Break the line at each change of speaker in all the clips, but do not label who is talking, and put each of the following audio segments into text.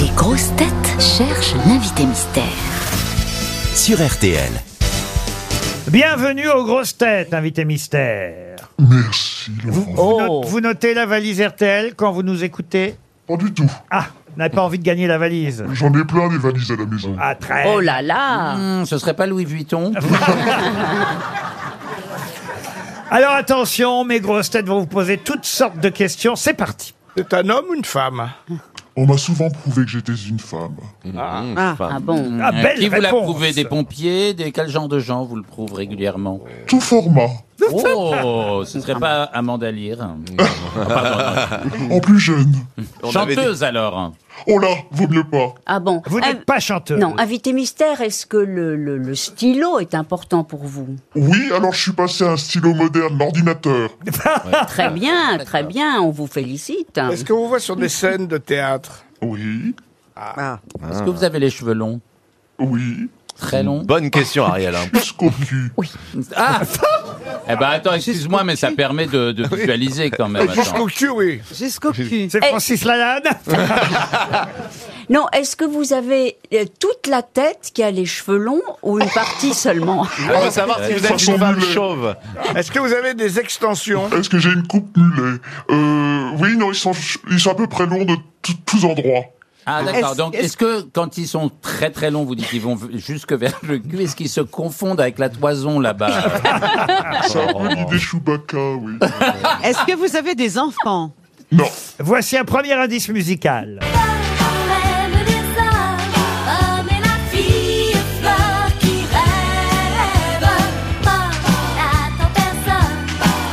Les grosses têtes cherchent l'invité mystère.
sur RTL.
Bienvenue aux grosses têtes, invité mystère.
Merci, Laurent.
Oh.
Vous, note- vous notez la valise RTL quand vous nous écoutez
Pas du tout.
Ah, vous n'avez pas envie de gagner la valise
J'en ai plein des valises à la maison.
Ah, très.
Oh là là
Hmm, ce serait pas Louis Vuitton
Alors attention, mes grosses têtes vont vous poser toutes sortes de questions. C'est parti.
C'est un homme ou une femme hein
On m'a souvent prouvé que j'étais une femme.
Ah, bon
Ah, belle
Euh, Qui vous l'a
réponse.
prouvé Des pompiers des... Quel genre de gens vous le prouve régulièrement
Tout format.
Oh, ce serait pas Amanda Lear
En plus jeune.
Chanteuse alors
Oh là, vaut mieux pas.
Ah bon
Vous n'êtes
Inv-
pas chanteuse.
Non, invité mystère, est-ce que le, le- le stylo est important pour vous
Oui, alors je suis passé à un stylo moderne, l'ordinateur.
Très bien, très bien, on vous félicite.
Est-ce que vous voit sur des scènes de théâtre
Oui,
Est-ce que vous avez les cheveux longs
oui.
Très longs
Bonne question, Ariel. hein.
Plus qu'au cul.
Ah Eh ben attends, excuse-moi, mais ça permet de, de visualiser quand même.
Jusqu'au
attends.
cul, oui.
C'est Francis Lalanne
Non, est-ce que vous avez euh, toute la tête qui a les cheveux longs ou une partie seulement
On veut Ah, savoir si vous êtes
Façon
une femme
mulet.
chauve.
Est-ce que vous avez des extensions
Est-ce que j'ai une coupe mulet Euh, oui, non, ils sont, ch- ils sont à peu près longs de t- tous endroits.
Ah d'accord, donc est-ce que quand ils sont très très longs, vous dites qu'ils vont v- jusque vers le cul, est-ce qu'ils se confondent avec la toison là-bas
C'est un peu l'idée Chewbacca, oui.
Ah. Est-ce que vous avez des enfants
Non,
Voici un premier indice musical.
Rêve des
oh,
hommes, hommes et la fille fleur qui rêve. Maman n'attend personne,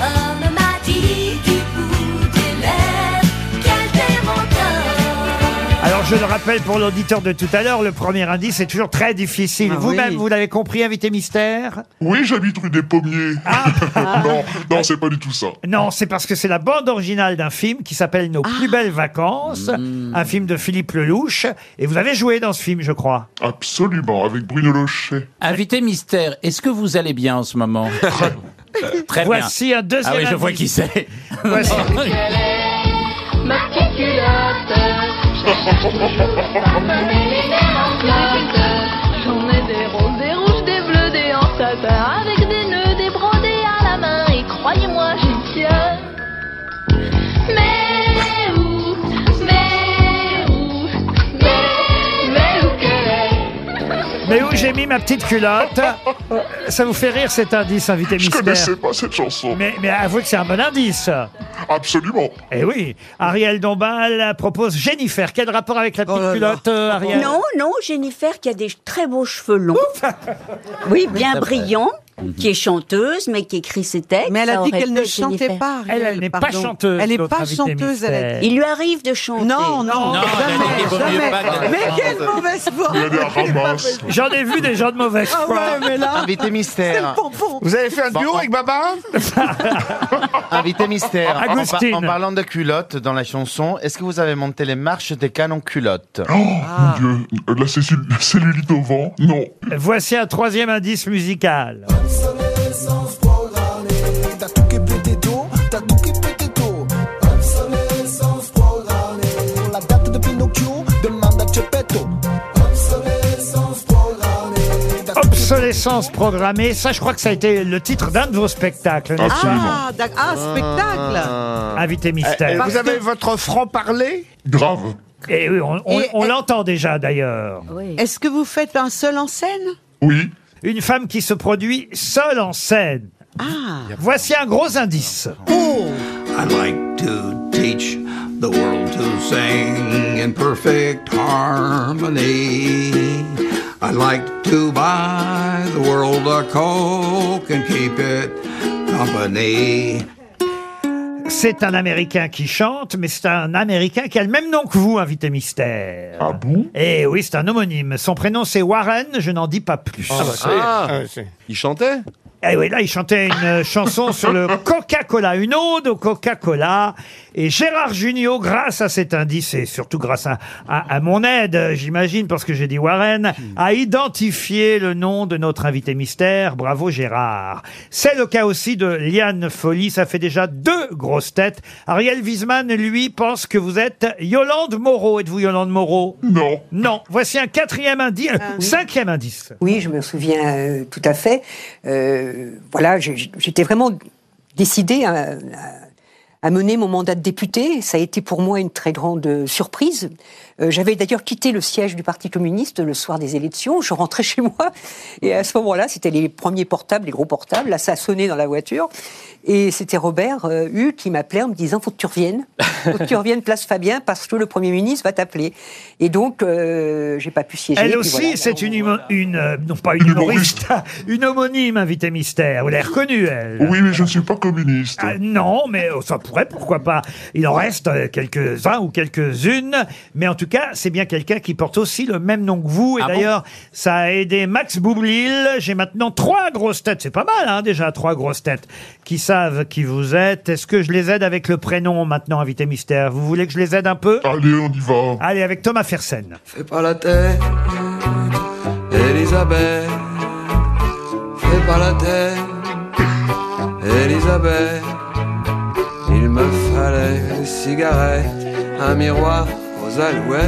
homme m'a dit du bout des lèvres qu'elle t'aime
Alors je le rappelle pour l'auditeur de tout à l'heure, le premier indice est toujours très difficile. Vous-même, vous l'avez compris, invité mystère
oui, j'habite rue des Pommiers.
Ah.
non, non, c'est pas du tout ça.
Non, c'est parce que c'est la bande originale d'un film qui s'appelle
Ah.
Nos plus belles vacances,
Hmm.
un film de Philippe Lelouch. Et vous avez joué dans ce film, je crois.
Absolument, avec Bruno Lochet.
Invité mystère, est-ce que vous allez bien en ce moment Très bien.
Voici un deuxième.
Ah oui, je vois
indice.
qui c'est.
Voici-
Ma petite culotte, je cherche toujours à mener les nerfs en flotte. J'en ai des roses, des rouges, des bleus, des en satin, avec des nœuds, des brodés à la main, et croyez-moi, j'y tiens. Mais où, mais où, mais, mais où qu'elle est
Mais où j'ai mis ma petite culotte Ça vous fait rire cet indice, invité
Je
mystère
connaissais pas cette chanson.
mais, mais avouez que c'est un bon indice.
Absolument.
Eh oui, Ariel Dombal propose Jennifer. Quel rapport avec
Oh
la petite culotte, euh, Ariel
Non, non, Jennifer qui a des très beaux cheveux longs. Oui, bien brillants, qui est chanteuse, mais qui écrit ses textes.
Mais elle
ça
a dit
aurait
qu'elle ne
pu être
chantait
Jennifer.
pas.
Elle, elle
Ariel,
n'est pas
pardon.
chanteuse.
Elle n'est
notre
pas
invité
chanteuse, elle a dit.
mystère.
Il lui arrive de chanter.
Non, non,
Non, elle
jamais,
dit, vaut mieux
jamais.
pas qu'elle
Mais
chante.
quelle mauvaise foi
Elle est à ramasse.
J'en ai vu des gens de mauvaise
Ah
foi.
ouais, mais là,
Invité
c'est le
mystère.
pompon
Vous avez fait un duo avec Baba
Invité mystère. En- En, par-
Agustine.
en parlant de culottes dans la chanson, est-ce que vous avez monté les marches des canons culottes
Ah,
Oh,
Ah.
mon Dieu. Euh, La, cellul- la cellulite au vent Non.
Voici un troisième indice musical. Obsolescence programmée, ça je crois que ça a été le titre d'un de vos spectacles, n'est-ce pas
Absolument.
Ah, d'ac- ah, spectacle
Invité
Et
mystère.
Vous avez votre franc-parler
Grave.
Et oui, on on-
Et-
on
et-
l'entend déjà d'ailleurs.
Oui.
Est-ce que vous faites un seul en scène
Oui.
Une femme qui se produit seule en scène. Voici un gros indice.
I'd like to teach the world to sing in perfect harmony. I'd like to buy the world a Coke and keep it company.
C'est un Américain qui chante, mais c'est un Américain qui a le même nom que vous, invité mystère.
Ah bon
Eh oui, c'est un homonyme. Son prénom c'est Warren, je n'en dis pas plus.
Ah, bah, c'est- ah, c'est-
Il chantait
Eh oui, là, il chantait une euh, chanson sur le Coca-Cola, une ode au Coca-Cola. Et Gérard Junior, grâce à cet indice, et surtout grâce à, à- à mon aide, euh, j'imagine, parce que j'ai dit Warren, a identifié le nom de notre invité mystère. Bravo Gérard. C'est le cas aussi de Liane Folly, ça fait déjà deux grosses têtes. Ariel Wiesman, lui, pense que vous êtes Yolande Moreau. Êtes-vous Yolande Moreau Non. Non. Voici un quatrième indice, euh, cinquième indice.
Oui, je me souviens euh, tout à fait. Euh, voilà, j'ai- j'étais vraiment décidée à, à- à mener mon mandat de députée. Ça a été pour moi une très grande euh, surprise. Euh, J'avais d'ailleurs quitté le siège du Parti communiste le soir des élections. Je rentrais chez moi et à ce moment-là, c'était les premiers portables, les gros portables. Là, ça a sonné dans la voiture et c'était Robert euh, Hue qui m'appelait en me disant "Faut que tu reviennes, faut que tu reviennes place Fabien parce que le Premier ministre va t'appeler." Et donc, euh, j'ai pas pu siéger.
Elle
puis
aussi,
voilà.
c'est une, humo- une euh, non pas une humoriste, une homonyme invitée mystère. Vous l'avez reconnue, elle.
Oui, mais je ne suis pas communiste.
Ah, non, mais euh, ça pourrait, pourquoi pas. Il en reste euh, quelques-uns ou quelques-unes, mais en tout cas, c'est bien quelqu'un qui porte aussi le même nom que vous. Et d'ailleurs, ça a aidé Max Boublil. J'ai maintenant trois grosses têtes, c'est pas mal hein, déjà, trois grosses têtes qui savent qui vous êtes. Est-ce que je les aide avec le prénom maintenant, invité mystère Vous voulez que je les aide un peu
Allez, on y va.
Allez, avec Thomas Fersen.
Fais pas la tête, mm, Elisabeth. Fais pas la tête, mm, Elisabeth. Il me fallait une cigarette, un miroir aux alouettes.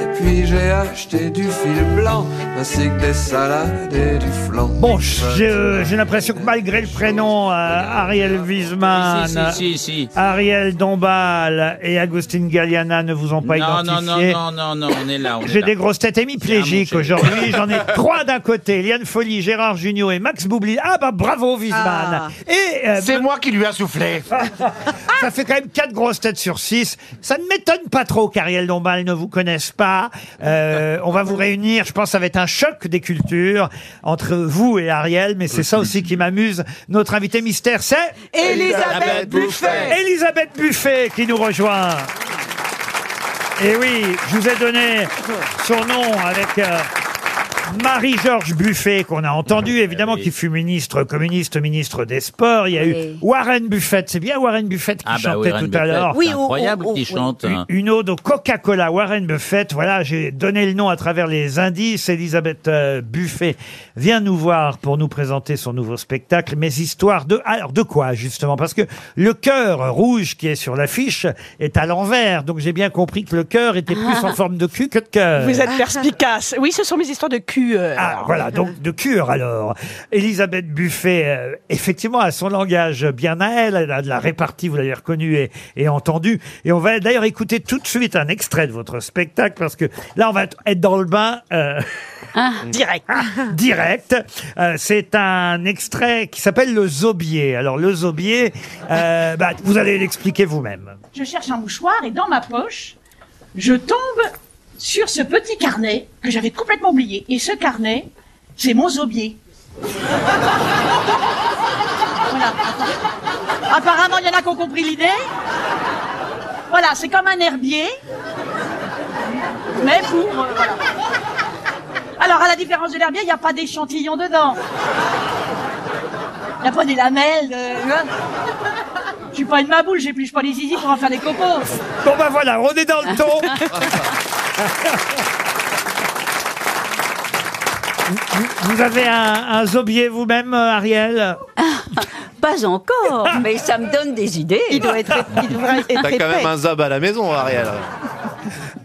Et puis j'ai acheté du fil blanc, ainsi que des salades et du flan.
Bon, j'ai euh, j'ai l'impression que malgré le prénom euh, Ariel Wiesman,
Si, si, si.
Ariel Dombal et Agustin Galliana ne vous ont pas
Non, non, non,
identifié.
non, non, non, on est là. on est
J'ai
là.
des grosses têtes hémiplégiques
Bien, mon chéri.
aujourd'hui. J'en ai trois d'un côté. Liane Folly, Gérard Junior et Max Boublil. Ah bah bravo Wiesman.
Ah.
Et euh,
C'est
moi qui lui a soufflé. Ça fait quand même quatre grosses têtes sur six. Ça ne m'étonne pas trop qu'Ariel Dombal ne vous connaisse pas. Euh, on va vous réunir. Je pense que ça va être un choc des cultures entre vous et Ariel. Mais c'est ça aussi qui m'amuse. Notre invité mystère, c'est
Elisabeth Buffet.
Elisabeth Buffet qui nous rejoint. Et oui, je vous ai donné son nom avec euh, Marie-Georges Buffet, qu'on a entendu, évidemment, qui fut ministre communiste, ministre des Sports. Il y a eu Warren Buffett. C'est bien Warren Buffett qui
Ah bah,
chantait
Warren
tout à
Buffett,
l'heure.
c'est Oui, oh, incroyable oh, oh, qu'il oui. chante, hein.
Une ode au Coca-Cola, Warren Buffett. Voilà, j'ai donné le nom à travers les indices. Elisabeth euh, Buffet vient nous voir pour nous présenter son nouveau spectacle, Mes histoires de... Alors, de quoi, justement Parce que le cœur rouge qui est sur l'affiche est à l'envers. Donc, j'ai bien compris que le cœur était plus en forme de cul que de cœur.
Vous êtes perspicace. Oui, ce sont mes histoires de cul. euh,
Ah,
alors.
voilà, donc de cure alors. Elisabeth Buffet, euh, effectivement, a son langage bien à elle, elle a de la répartie, vous l'avez reconnu et, et entendu. Et on va d'ailleurs écouter tout de suite un extrait de votre spectacle, parce que là, on va t- être dans le bain. euh, Ah,
Direct.
direct. Euh, c'est un extrait qui s'appelle Le Zobier. Alors, Le Zobier, euh, bah, vous allez l'expliquer vous-même.
Je cherche un mouchoir et dans ma poche, je tombe sur ce petit carnet que j'avais complètement oublié. Et ce carnet, c'est mon zobier. voilà. Apparemment, il y en a qui ont compris l'idée. Voilà, c'est comme un herbier, mais pour... euh, voilà. Alors, à la différence de l'herbier, il n'y a pas d'échantillon dedans. Il n'y a pas des lamelles. euh, tu vois. Je suis pas une maboule, j'épluche pas les zizi pour en faire des copeaux.
Bon, bah voilà, on est dans le ton. Vous avez un, un zobier vous-même, euh, Ariel
Pas encore, mais ça me donne des idées. Il doit être, il devrait être
T'as quand même un zob à la maison, Ariel.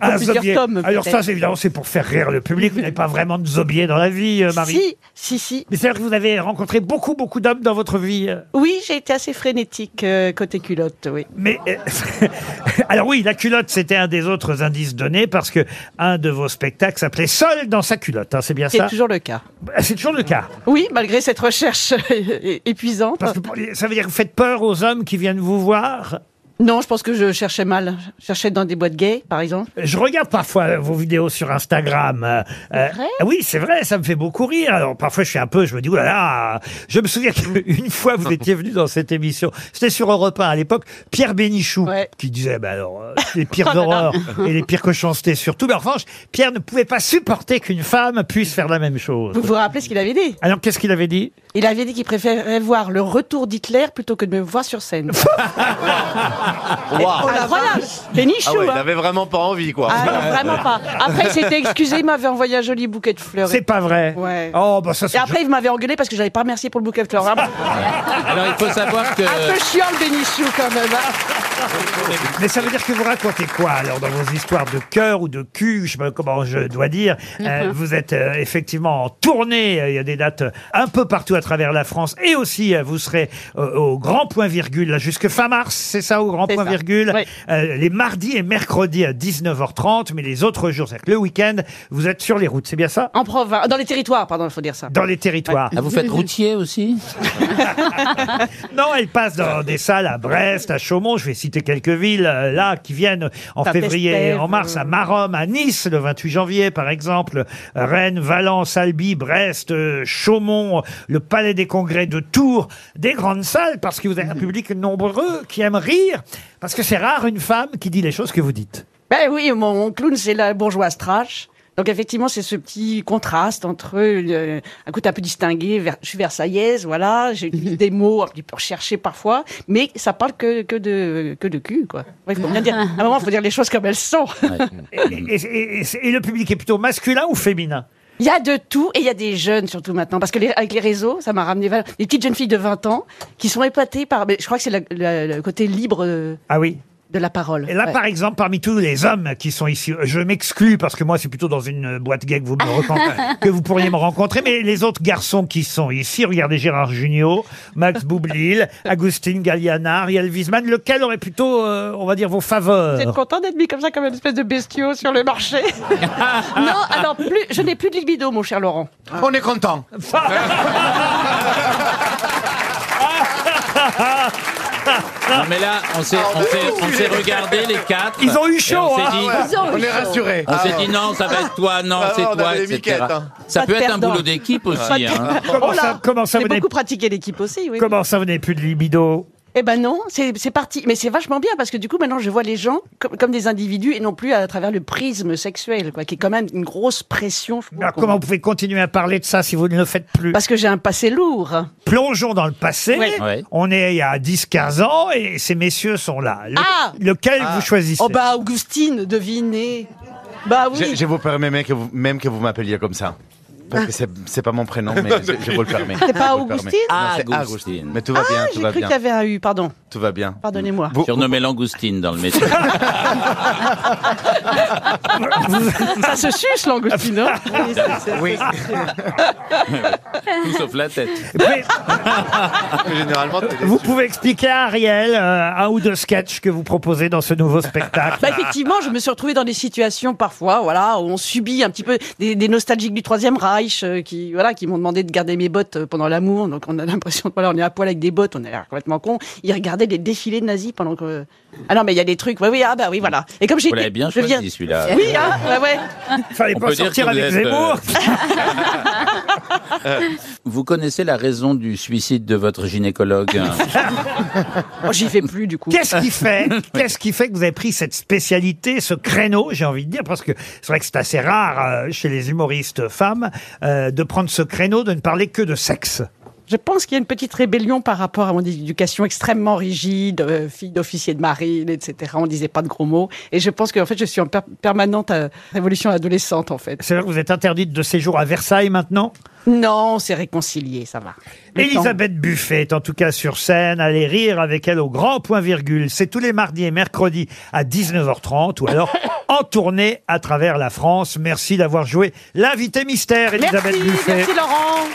Un
plusieurs
Ah, zobier.
tomes,
Alors ça,
peut-être.
c'est évidemment, c'est pour faire rire le public. Vous n'avez pas vraiment de zobier dans la vie, euh, Marie.
Si, si, si.
Mais c'est-à-dire que vous avez rencontré beaucoup, beaucoup d'hommes dans votre vie. euh.
Oui, j'ai été assez frénétique euh, côté culotte, oui.
Mais euh, alors oui, la culotte, c'était un des autres indices donnés parce que un de vos spectacles s'appelait Seul dans sa culotte. hein, c'est bien
C'est
ça.
toujours le cas.
Bah, C'est toujours le cas.
Oui, malgré cette recherche é- épuisante. Ah.
Parce que pour- ça veut dire que vous faites peur aux hommes qui viennent vous voir
Non, je pense que je cherchais mal. Je cherchais dans des boîtes gays, par exemple.
Je regarde parfois euh, vos vidéos sur Instagram. euh, euh, oui, c'est vrai, ça me fait beaucoup rire. Alors parfois, je suis un peu, je me dis, oulala. Je me souviens qu'une fois, vous étiez venu dans cette émission. C'était sur Europe 1 à l'époque. Pierre Bénichou qui disait, bah alors, euh, les pires
Oh là là.
horreurs et les pires cochoncetés surtout. Mais en revanche, Pierre ne pouvait pas supporter qu'une femme puisse faire la même chose.
Vous vous rappelez ce qu'il avait dit
Alors qu'est-ce qu'il avait dit
Il avait dit qu'il préférait voir le retour d'Hitler plutôt que de me voir sur scène.
Waouh.
Ah, voilà, Bénichou,
Ah ouais, il
hein.
avait vraiment pas envie, quoi.
Ah non, vraiment pas. Après, il s'était excusé, il m'avait envoyé un joli bouquet de fleurs.
C'est pas vrai.
Ouais.
Oh, bah ça, c'est
Et après, il m'avait engueulé parce que j'avais pas remercié pour le bouquet de fleurs. hein. Vraiment.
Alors il faut savoir que.
Un peu chiant le Bénichou quand même. hein.
Mais ça veut dire que vous racontez quoi alors dans vos histoires de cœur ou de cul, je sais pas comment je dois dire. euh,
Mhm.
vous êtes euh, effectivement en tournée, euh, il y a des dates euh, un peu partout à travers la France et aussi euh, vous serez euh, au grand point virgule là jusque fin mars, c'est ça au grand point virgule Euh, les mardis et mercredis à 19h30 mais les autres jours, c'est-à-dire que le week-end, vous êtes sur les routes, c'est bien ça
En province, dans les territoires, pardon, il faut dire ça.
Dans les territoires.
Ah, vous faites
routier aussi
Non, elle passe dans des salles à Brest, à Chaumont, je vais citer quelques villes euh, là qui viennent en
Saint-Estève,
février, et en mars, à Maromme, à Nice le 28 janvier par exemple, Rennes, Valence, Albi, Brest, euh, Chaumont, le Palais des Congrès de Tours, des grandes salles parce que vous avez un public nombreux qui aime rire parce que c'est rare une femme qui dit les choses que vous dites.
Ben oui, mon, mon clown, c'est la bourgeoise trash. Donc effectivement, c'est ce petit contraste entre euh, un côté un peu distingué, ver- je suis versaillaise, voilà, j'ai des mots un petit peu recherchés parfois, mais ça parle que, que, de, que de cul, quoi. Ouais, faut bien dire, à un moment, il faut dire les choses comme elles sont.
Et, et- et- et le public est plutôt masculin ou féminin
Il y a de tout et il y a des jeunes surtout maintenant parce que les- avec les réseaux, ça m'a ramené vers- des petites jeunes filles de 20 ans qui sont épatées par. mais je crois que c'est la- la- le côté libre de,
Ah oui.
de la parole.
Et là,
Ouais.
par exemple, parmi tous les hommes qui sont ici, euh, je m'exclus parce que moi, c'est plutôt dans une euh, boîte gay que vous, me rencontrez- que vous pourriez me rencontrer. Mais les autres garçons qui sont ici, regardez Gérard Junior, Max Boublil, Agustin Galliana, Ariel Wiesman, lequel aurait plutôt, euh, on va dire, vos
Vous êtes
faveurs
content d'être mis comme ça, comme une espèce de bestiau sur le marché Non, alors plus, je n'ai plus de libido, mon cher Laurent.
On est content.
Ah
Non mais là, on s'est
Ah,
on s'est- on s'est regardé les quatre.
Ils ont eu
et
chaud,
On s'est
hein.
dit,
Ils ont eu On est chaud. rassurés.
On s'est
Ah
dit
ouais.
non, ça va être toi, non,
Ah
c'est
ouais, on
toi,
avait les
etc.
miquettes, hein.
Ça
Pas
peut
de
être un
perdant.
boulot d'équipe aussi. hein.
Comment ça- comment ça
Oh J'ai
vous n'avez-
beaucoup pratiqué l'équipe aussi, oui.
Comment ça, vous n'avez plus de libido
Eh ben non, c'est c'est parti. Mais c'est vachement bien parce que du coup, maintenant, je vois les gens comme, comme des individus et non plus à travers le prisme sexuel, quoi, qui est quand même une grosse pression. je trouve,
Alors,
qu'on-
comment vous pouvez continuer à parler de ça si vous ne le faites plus
Parce que j'ai un passé lourd.
Plongeons dans le passé.
Ouais. Ouais.
On est il y a 10-15 ans et ces messieurs sont là. Le-
Ah
Lequel vous choisissez
Oh bah, Augustine, devinez. Bah
Je,
oui.
je vous permets même que vous, même que vous m'appeliez comme ça. Parce que c'est, c'est pas mon prénom, mais je, je vous le permets.
C'est pas
Je vous le permets.
Augustine
Non, c'est Augustine. Mais tout va bien,
Ah,
tout
j'ai
va
cru qu'il
bien.
y avait un U, pardon.
Tout va bien.
Pardonnez-moi.
Surnommé l'angoustine dans le métier. hein,
Ah, Ça se suce, l'angoustine, hein
Oui. Tout sauf la tête.
Généralement,
Vous pouvez expliquer à Ariel euh, un ou deux sketchs que vous proposez dans ce nouveau spectacle.
Bah effectivement, je me suis retrouvée dans des situations parfois, voilà, où on subit un petit peu des, des nostalgiques du Troisième Reich euh, qui, voilà, qui m'ont demandé de garder mes bottes euh, pendant l'amour. Donc on a l'impression, voilà, on est à poil avec des bottes, on a l'air complètement con. Ils regardaient des défilés nazis pendant que. Ah non, mais il y a des trucs. Oui, oui, ah bah oui, voilà. Et comme j'ai
Vous l'avez bien
je viens-
choisi, celui-là.
Oui, hein, ouais, ouais.
Fallait
On peut dire que vous êtes, euh, Vous connaissez la raison du suicide de votre gynécologue hein
Oh, J'y vais plus du coup.
Qu'est-ce qui fait Qu'est-ce qui fait que vous avez pris cette spécialité, ce créneau, j'ai envie de dire, parce que c'est vrai que c'est assez rare euh, chez les humoristes femmes euh, de prendre ce créneau, de ne parler que de sexe.
Je pense qu'il y a une petite rébellion par rapport à mon éducation extrêmement rigide, euh, fille d'officier de marine, etc. On disait pas de gros mots. Et je pense qu'en fait, je suis en per- permanente euh, révolution adolescente, en fait.
C'est vrai que vous êtes interdite de séjour à Versailles maintenant
Non, on s'est réconcilié, ça va. Le
Elisabeth Buffet est en tout cas sur scène. Allez rire avec elle au grand point virgule. C'est tous les mardis et mercredis à 19h30 ou alors en tournée à travers la France. Merci d'avoir joué l'invité mystère,
temps.
Elisabeth
Merci,
Buffet.
merci Laurent.